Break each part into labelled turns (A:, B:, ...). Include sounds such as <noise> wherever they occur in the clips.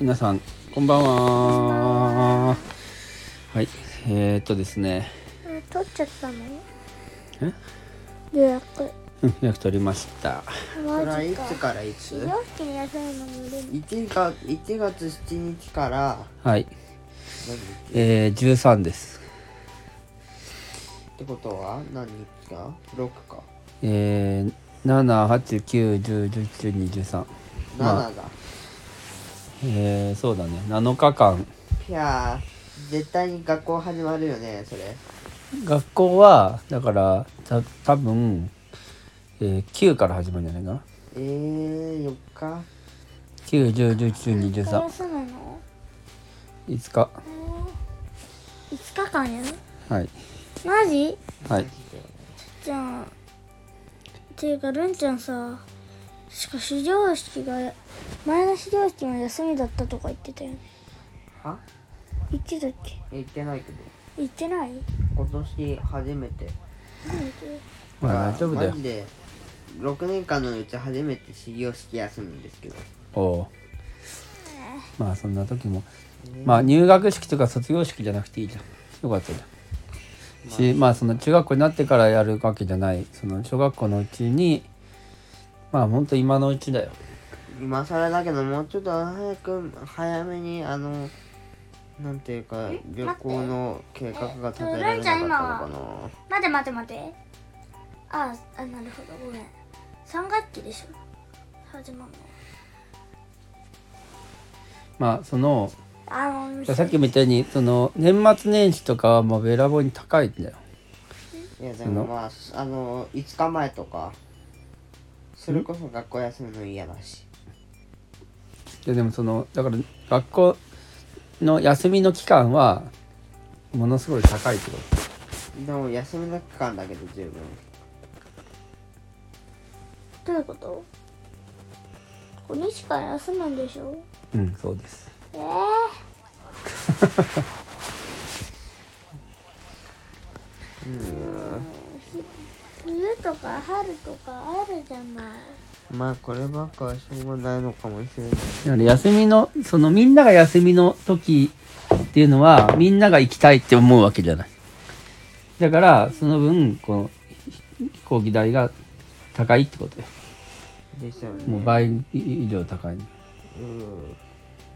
A: 皆さんこんばんははいえー、っとですね <laughs>
B: あ取っちゃったの
A: え
B: 予約
A: うん予約取りました
C: それ
B: マ
C: はい
B: ジ
C: つ
B: か
C: からい
B: 医
C: つ
B: 療費に安いの無理
C: 1月 ,1 月7日から
A: はい
C: 何っ
A: えー、13です
C: てことは何日か ?6 か
A: えー、7 8 9 1 0 1 1 2 1 3
C: 7だ、
A: まあえー、そうだね7日間
C: ピャー絶対に学校始まるよねそれ
A: 学校はだからた多分、えー、9から始まるんじゃないかな
C: えー、4日
A: 9 1 0 1 1 2 1 3
B: 休むの
A: 5日
B: 5日間やる
A: はい
B: マジ
A: はい
B: じゃあていうかるんちゃんさしか始業式が前の始業式も休みだったとか言ってたよね
C: は
B: 言ってたっけ
C: 行ってないけど
B: 言ってない
C: 今年初めて
B: 何言ってる
A: まあ大丈夫だ
C: マ
A: よ
C: ジで6年間のうち初めて始業式休むんですけど
A: おおまあそんな時もまあ入学式とか卒業式じゃなくていいじゃんよかったじゃんしまあその中学校になってからやるわけじゃないその小学校のうちにまあほんと今のうちだよ
C: 今更だけどもうちょっと早く早めにあのなんていうか旅行の計画が立てられなかったのかな
B: 待て待て待てああなるほどごめん3学期でしょ始まるの
A: まあその
B: あの
A: さっきみたいにその年末年始とかはもうべらぼうに高いんだよ
C: いやでもまああの5日前とかそれこそ学校休むの嫌だし
A: ででもそのだから学校の休みの期間はものすごい高いってこと
C: でも休みの期間だけど十分
B: どういうことここ西から休むんでしょ
A: うんそうです
B: ええうん冬とか春とかあるじゃない
C: まあこればっかはしょうがないのかもしれない
A: だから休みのそのみんなが休みの時っていうのはみんなが行きたいって思うわけじゃないだからその分この飛飛行機代が高いってことよ
C: ですよ
A: もう
C: ね
A: 倍以上高い、
C: うん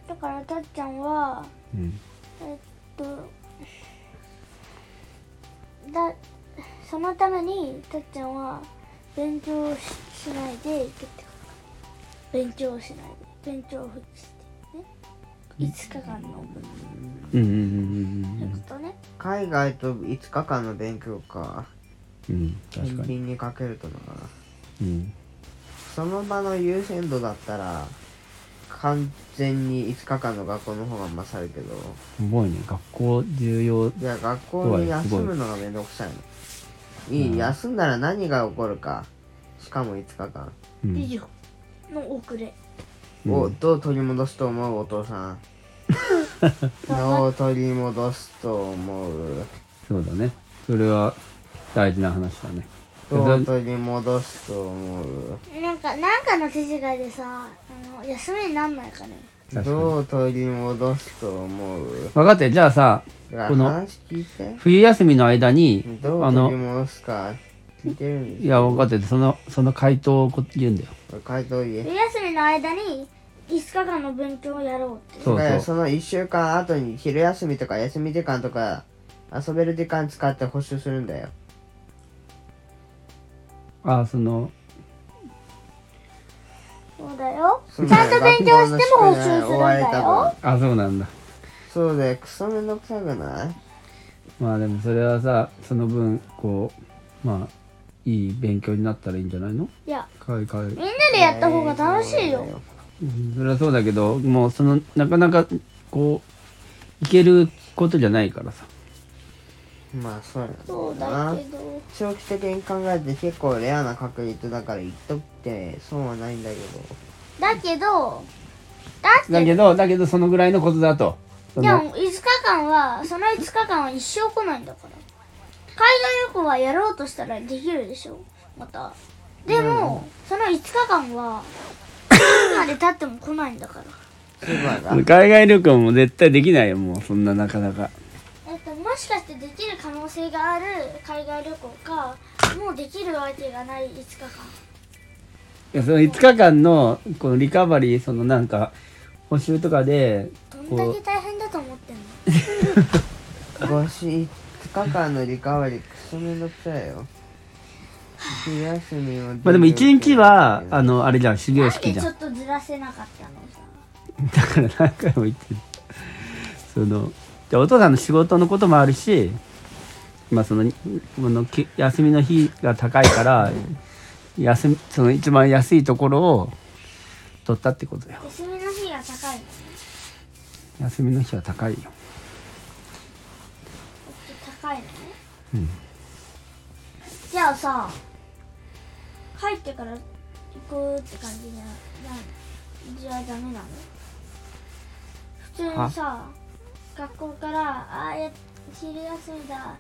B: だからたっちゃんは
A: うん、
B: えっとだそのためにたっちゃんは勉強ししないで行くってこと勉強しないで勉強を復帰してね5日間の分
A: うんうんうん
B: ってことね
C: 海外と5日間の勉強か
A: うんうん
C: 天
A: 確かに、
C: 秤にかけるとな
A: うん、
C: その場の優先度だったら完全に5日間の学校の方が勝るけど
A: すごいね学校重要
C: いや学校に休むのがめんどくさいのいい、休んだら何が起こるかしかも5日間
A: うん
B: 以上の遅れ
C: をどう取り戻すと思うお父さん
A: <laughs>
C: どう取り戻すと思う
A: そうだねそれは大事な話だね
C: どう取り戻すと思う
B: なんか、なんかの手違いでさ、あの、休みになんないかね。
A: 確かに
C: どう取り戻すと思う
A: 分かってじゃあさ
C: だから
A: この
C: 話聞いて
A: 冬休みの間に
C: どう
A: あ
C: 取
A: の
C: り戻すか聞いてるんです
A: いや分かっててそのその回答をこ言うんだよ
C: 回答言え
B: 冬休みの間に、5日間の勉強をやろうって。
A: そう
C: だから
A: そう
C: その1週間後に昼休みとか休み時間とか遊べる時間使って補習するんだよ
A: あその
B: そうだよ。
C: ちゃ
B: ちゃんと勉強しても補習するんだよ。
A: あそうなんだ
C: そうだよクソめんどくさくない
A: まあでもそれはさその分こうまあいい勉強になったらいいんじゃないの
B: いや、
A: かいかい
B: みんなでやった方が楽しいよ。
A: うんそれはそうだけどもうそのなかなかこういけることじゃないからさ
C: まあそう
B: そう
C: な
B: だ
C: ん
B: け
C: だな
B: ど。
C: 長期的に考えて結構レアな確率だから言っとくって損はないん
A: <laughs>
C: だけ
B: だけど、だって、
A: だけどだけどそのぐらいのことだとそ
B: で
A: の
B: も5日間は、その5日間は一生来ないんだから。海外旅行はやろうとしたらできるでしょまた。でも、その5日間は、いつまで経っても来ないんだから。
C: シルバーが
A: 海外旅行も絶対できないよもうそんななかなか
B: えっと、もしかしてできる可能性がある海外旅行かもうできる相手がない5日間
A: いやその5日間のこのリカバリーそのなんか補習とかで
B: どんだ
A: こ
B: け大変だと思ってんの
C: 5日間のリカバリークソめんどくさいよ昼休みは
A: うまあでも1日はあのあれじゃん始業
B: なん
A: 式じ
B: で
A: ゃん
B: ちょっとずらせなかったのさ
A: だから何回も言ってるそのでお父さんの仕事のこともあるしまあそのこのき休みの日が高いから休みその一番安いところを取ったってことよ
B: 休みの日が高いの
A: 休みの日は高いよ
B: 高いのねじゃあさ帰ってから行こうって感じじゃじゃあダメなの普通にさ学校から「ああや昼休みだ」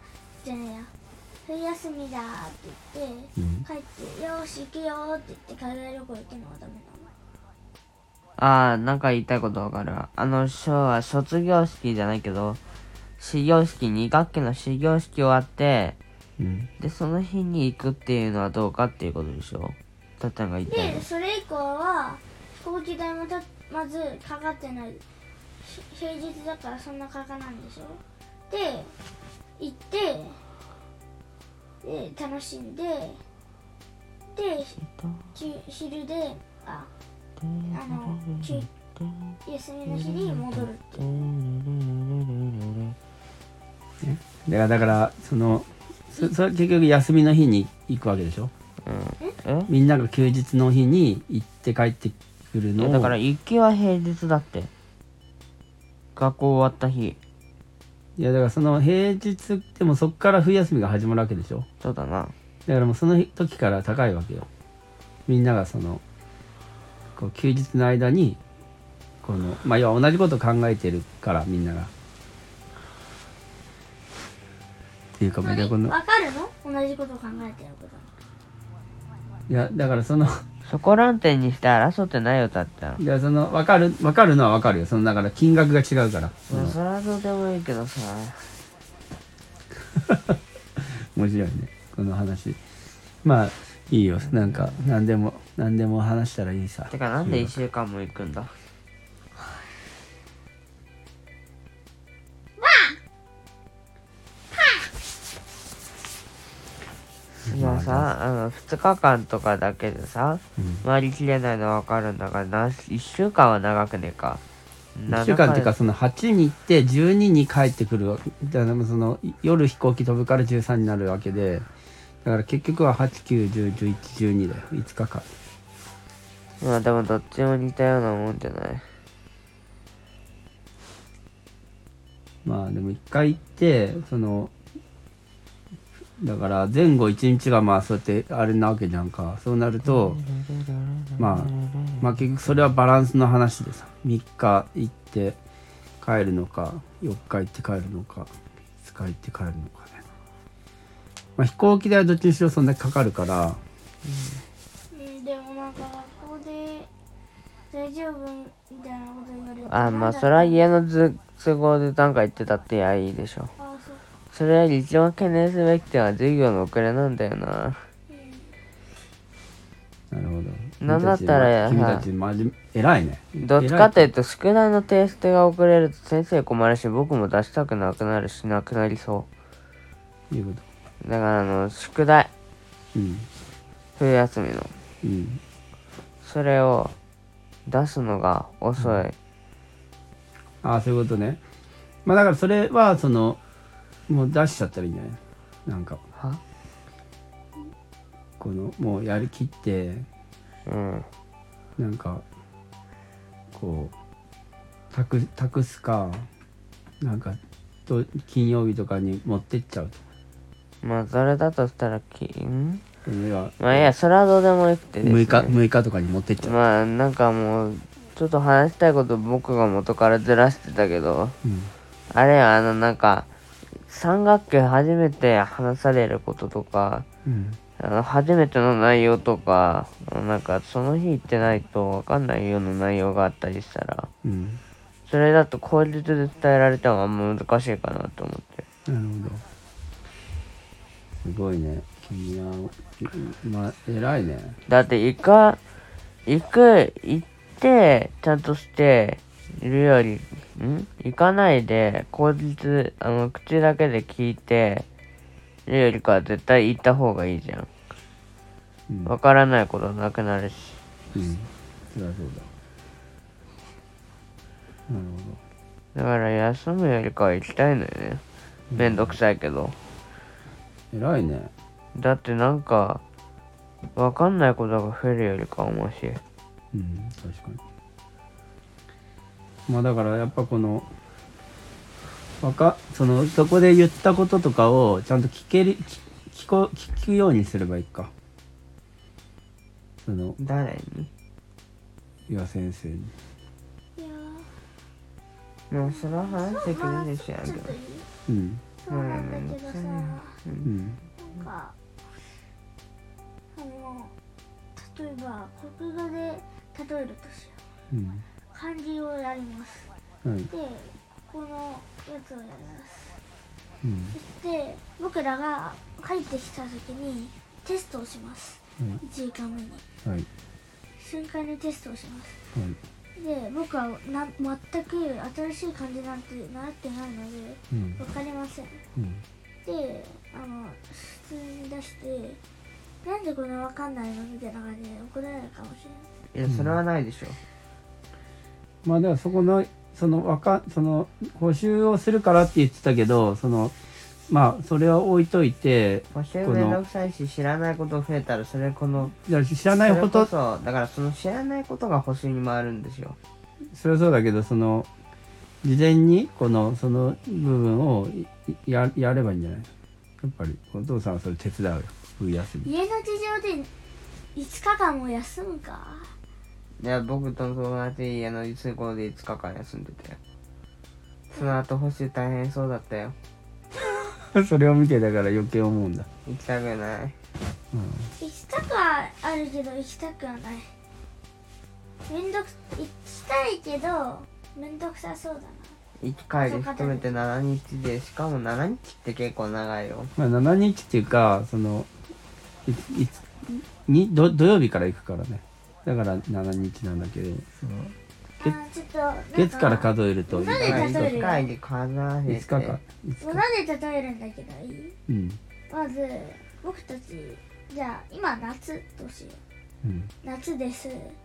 B: じゃねえや「冬休みだ」って言っ
A: う
B: て、
A: ん
B: 帰って「よーし行くよ」って言って海外旅行行くのはダメなの
C: ああなんか言いたいことわかるわあのショーは卒業式じゃないけど始業式2学期の始業式終わって
A: うん
C: でその日に行くっていうのはどうかっていうことでしょたっちゃんが言ったい
B: で
C: の
B: それ以降は飛行機代もたまずかかってないし平日だからそんなかかないんでしょで行ってで楽しんででち昼でああのちゅ休みの日に戻るって
A: だからだからそのそそれ結局休みの日に行くわけでしょ
C: え
A: みんなが休日の日に行って帰ってくる
C: い
A: の
C: や
A: を
C: だから行きは平日だって学校終わった日
A: いやだからその平日でもそっから冬休みが始まるわけでしょ
C: そうだな
A: だからもうその時から高いわけよみんながそのこう休日の間にこのまあ要は同じことを考えてるからみんなが。っていうかまあ
B: わ
A: 逆の
B: かるの同じことを考えてること
A: いやだからその
C: そこらん点にして争ってないよたっちゃん
A: いやその分かる分かるのは分かるよそのだから金額が違うから、
C: まあそれはどうでもいいけどさ
A: 面白いねこの話まあいいよなんか何でも何でも話したらいいさ
C: てかなんで1週間も行くんだいやさあの2日間とかだけでさ
A: うん
C: 回りきれないのは分かるんだからな1週間は長くねえか
A: 1週間っていうかその8に行って12に帰ってくるわけだからその夜飛行機飛ぶから13になるわけでだから結局は8910112だよ5日間
C: まあでもどっちも似たようなもんじゃない
A: まあでも1回行ってそのだから前後1日がまあそうやってあれなわけじゃんかそうなるとまあまあ結局それはバランスの話でさ3日行って帰るのか4日行って帰るのか5日行って帰るのかね、まあ、飛行機代はどっちにしろそんなにかかるから
B: うんでもなんか学校で大丈夫みたいなこと言われて
C: あまあそれ
B: は
C: は家のず都合でなんか言ってたってやいいでしょ
B: あそう
C: それより一番懸念すべき点は授業の遅れなんだよな
A: なるほど
C: なんだったら
A: 君たち君たち真面目偉いね
C: どっちかと
A: 偉
C: いうと宿題の提出が遅れると先生困るし僕も出したくなくなるしなくなりそ
A: ということ
C: うだからあの宿題
A: うん
C: 冬休みの
A: うん
C: それを出すのが遅い、
A: ああそういうことねまあだからそれはそのもう出しちゃったらいいんじゃないなんか
C: は
A: このもうやりきって
C: うん
A: なんかこう託託すかなんかと金曜日とかに持ってっちゃう
C: まあそれだとしたらきん
A: と要は
C: まあいやそれはどうでもよくてですね
A: 6日6日とかに持ってっちゃう、
C: まあなんかもうちょっと話したいこと僕が元からずらしてたけど
A: うん
C: あれあのなんか3学期初めて話されることとか
A: うん
C: あの初めての内容とかなんかその日行ってないと分かんないような内容があったりしたら
A: うん
C: それだと口述で伝えられたのがあんま難しいかなと思って
A: なるほどすごいね君はま偉いね
C: だって行か行く行ってちゃんとしているよりん行かないで口実あの口だけで聞いているよりかは絶対行った方がいいじゃん
A: うん、
C: わからないことなくなるし
A: うん、そりゃそうだなるほど
C: だから休むよりかは行きたいのよねめんどくさいけど
A: 偉いね
C: だってなんかわかんないことが増えるよりかは面白い
A: うん確かにまあだからやっぱこのわかそのそこで言ったこととかをちゃんと聞ける聞聞こ聞くようにすればいいかその
C: 誰に
A: 岩先生に
B: いや
C: でもそれは話してくれるでしょ
B: ーちょっといい
A: うん
B: そうなんだけど
A: う
B: さ、
A: ん
B: なんかあの例えば国語で例えるとしよう
A: うん
B: 漢字をやります
A: はい
B: でここのやつをやります
A: うん
B: そして僕らが帰ってきた時にテストをします
A: うん
B: 1時間目に
A: はいはい
B: 瞬間にテストをしますで僕はな全く新しい漢字なんて習ってないので
A: うん
B: 分かりません
A: うん
B: であの普通に出してなんでこんなわかんないのみたいな感じで怒られるかもし
C: いやそれはないでしょ
A: まあだからそこのそのわかその補習をするからって言ってたけどそのまあそれは置いといて
C: 募集めんどくさいし知らないこと増えたらそれこの
A: だから知らないこ
C: それ
A: と
C: こそだからその知らないことが補習に回るんですよ
A: それはそうだけどその事前にこのその部分をいややればいいんじゃないやっぱりお父さんはそれ手伝うよ冬休み
B: れない家の事情で5日間も休むか
C: いや僕と友達あの通行で5日間休んでたよその後補習大変そうだったよ
A: <laughs> それを見てだから余計思うんだ、
C: 行きたくない
A: うん、
B: 行きたくはあるけど行きたくはないめんどく行きたいけどめんどくさそうだな
C: 行き帰り含めて7日でしかも7日って結構長いよ
A: まあ7日っていうかそのいついつに土土曜日から行くからねだから7日なんだけどその
B: あ
A: 月
B: ーちょっとなん
A: 月から数えると
B: なんで
C: 行
B: 数え
C: き
B: る
C: 帰り数え
A: 5日
C: て
A: か5日
B: もので例えるんだけどいい
A: うん
B: まず僕たちじゃあ今夏どうしよう
A: うん
B: 夏です、えー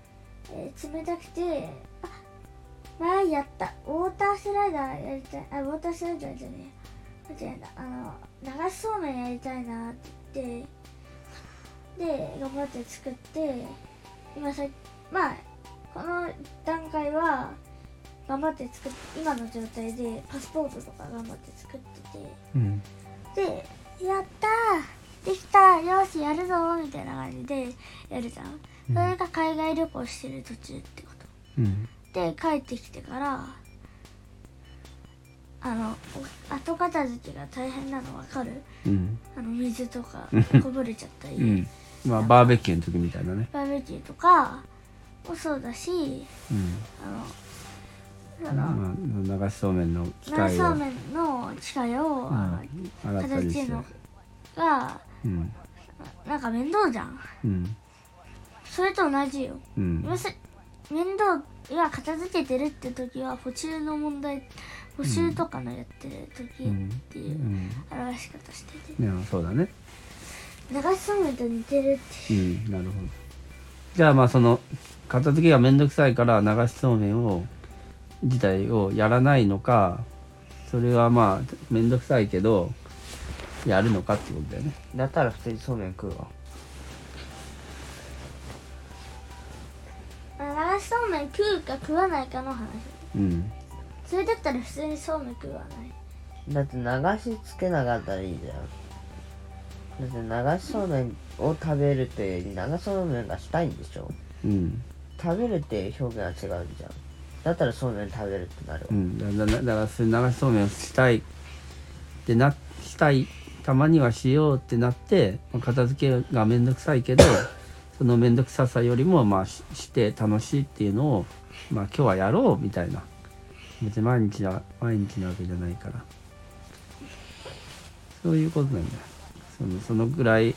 B: 冷たくてあ前やったウォータースライダーやりたいあウォータースライダーじゃねえ間違えたあの流しそうめんやりたいなって言ってで頑張って作って今さまあこの段階は頑張って作って今の状態でパスポートとか頑張って作ってて
A: うん
B: で「やったーできたよしやるぞー」みたいな感じでやるじゃんそれが海外旅行してる途中ってこ
A: うん
B: とで帰ってきてからあのお後片付けが大変なの分かる
A: うん
B: あの水とかこぼれちゃったり、
A: うんまあバーベキューの時みたいなね
B: バーベキューとかもそうだし
A: うん
B: あの
A: まあ、流しそうめんの機
B: 長
A: 械を
B: そうめんの機械を、あ
A: 洗ったりして
B: 形のが
A: うん
B: なんか面倒じゃん
A: うん
B: それと同じよ
A: うん
B: 要する面倒が片付けてるって時は補修の問題補修とかのやってる時って
A: う
B: いうん表し方してて
A: いやそうだね
B: 流しそうめんと似てるって
A: う
B: いうん
A: なるほどじゃあまあその片付けがめんどくさいから流しそうめんを自体をやらないのかそれはまあめんどくさいけどやるのかってことだよね
C: だったら普通にそうめん食うわ
B: 流しそうめん食うか食わないかの話
A: うん
B: それだったら普通にそうめん食わない
C: だって流しつけなかったらいいじゃんだって流しそうめんを食べるというより流しそうめんがしたいんでしょ
A: うん
C: 食べるっていう表現は違うじゃんだったらそうめん食べるってなるわ
A: うんだだだだからそういう流しそうめんをしたいってなしたいったまにはしようってなって、まあ片付けが面倒くさいけどその面倒くささよりもまあしして楽しいっていうのを、まあ、今日はやろうみたいな別に毎日は毎日なわけじゃないからそういうことなんだよそのそのぐらい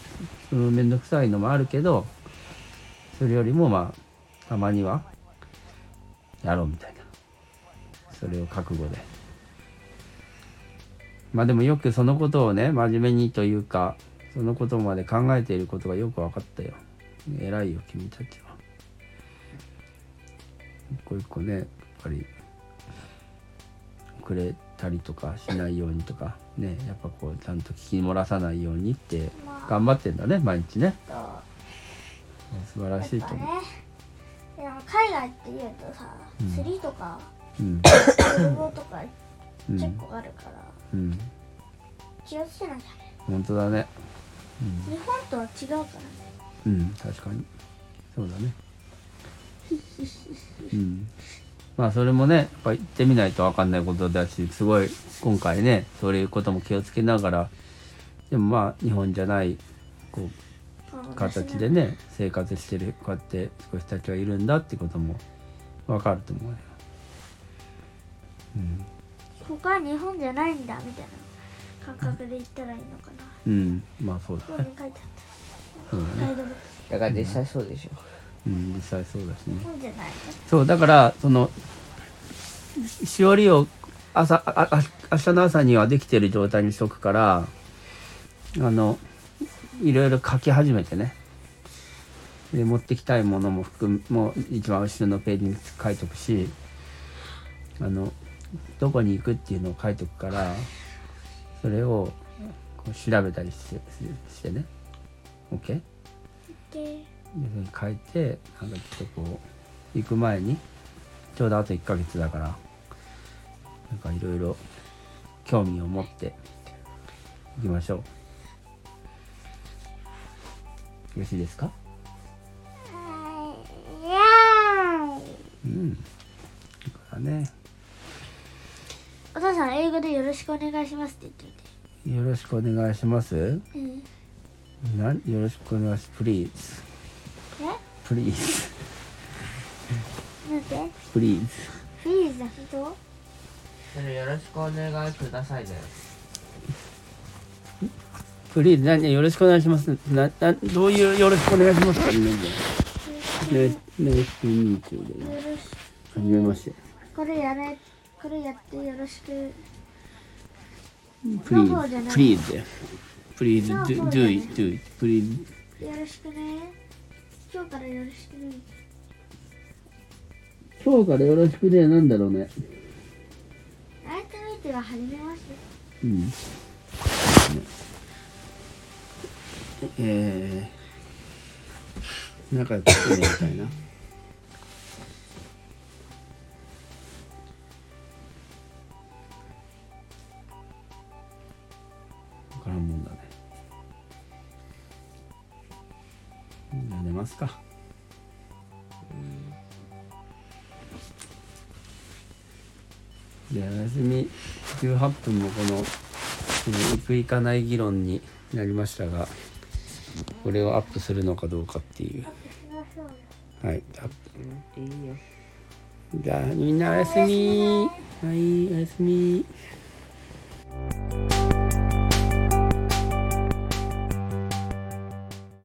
A: その面倒くさいのもあるけどそれよりもまあたまにはやろうみたいなそれを覚悟で。まあでもよくそのことをね真面目にというかそのことまで考えていることがよく分かったよ偉いよ君たちは一個一個ねやっぱり遅れたりとかしないようにとかねやっぱこうちゃんと聞き漏らさないようにって
B: まあ
A: 頑張ってんだね毎日ね
B: とや
A: 素晴らしい
B: っ
A: と
B: ぱ
A: 思
B: ね
A: う、
B: でも海外って言うとさ、
A: うん
B: 釣りとか
A: うん
B: 泥棒とか
A: う
B: 結
A: ん
B: 構あるから
A: うん
B: 気をつけなきゃね
A: 本当だね
B: 日本とは違うからね
A: うん確かにそうだねうんまあそれもねやっぱ行ってみないと分かんないことだしすごい今回ねそういうことも気をつけながらでもまあ日本じゃないこう形でね生活してるこうやって少したちはいるんだってことも分かると思うよ、うん
B: ここは日本じゃないんだみたいな感覚で言ったらいいのかな
A: うん、まあそう
B: こ
A: だ
B: こに
A: ね、
B: 書いて
A: そうだ
B: あ
A: ね
B: ったガイドブック
C: だから実際そうでしょ。
A: うん、実際そうだしね
B: 日本じゃないね
A: そうだからそのしおりを朝ああ明日の朝にはできてる状態にしとくからあのいろいろ書き始めてねで持ってきたいものも含むもう一番後ろのページに書いとくしあのどこに行くっていうのを書いとくからそれをこう調べたりしてししてね OK?
B: で
A: いうふうに変えてなんかちょっとこう行く前にちょうどあと1ヶ月だからなんかいろいろ興味を持って行きましょうよろしいですか
B: やーい
A: うんだからね
B: お父さん英語でよろしくお願いしますって言っ
A: よろしくお願いします
B: といてうん
A: なんよろしくお願いします please
B: え
A: please
B: なんて
A: please
B: フリーズだ人
C: それよろしくお願いくださいだよ。
A: please 何よろしくお願いしますななどういうよろしくお願いしますかねねねねねね
B: よろし
A: はじめまして。
B: これやれこれやってよろしく No, no,
A: Please,
B: no.
A: please, please
B: No,
A: do,
B: no,
A: do
B: no.
A: it, do it, please.
B: よろしくね今日からよろしくね
A: 今日からよろしくね、なんだろうね。
B: 相手の手は始めまして
A: うん。えー、仲良くしてねみたいな。わからんもんだね。じゃあ寝ますか。じゃあ休み18分もこのその行く行かない議論になりましたがこれをアップするのかどうかっていうはいアップ
C: いいよ。
A: じゃあみんなおやすみはいおやすみ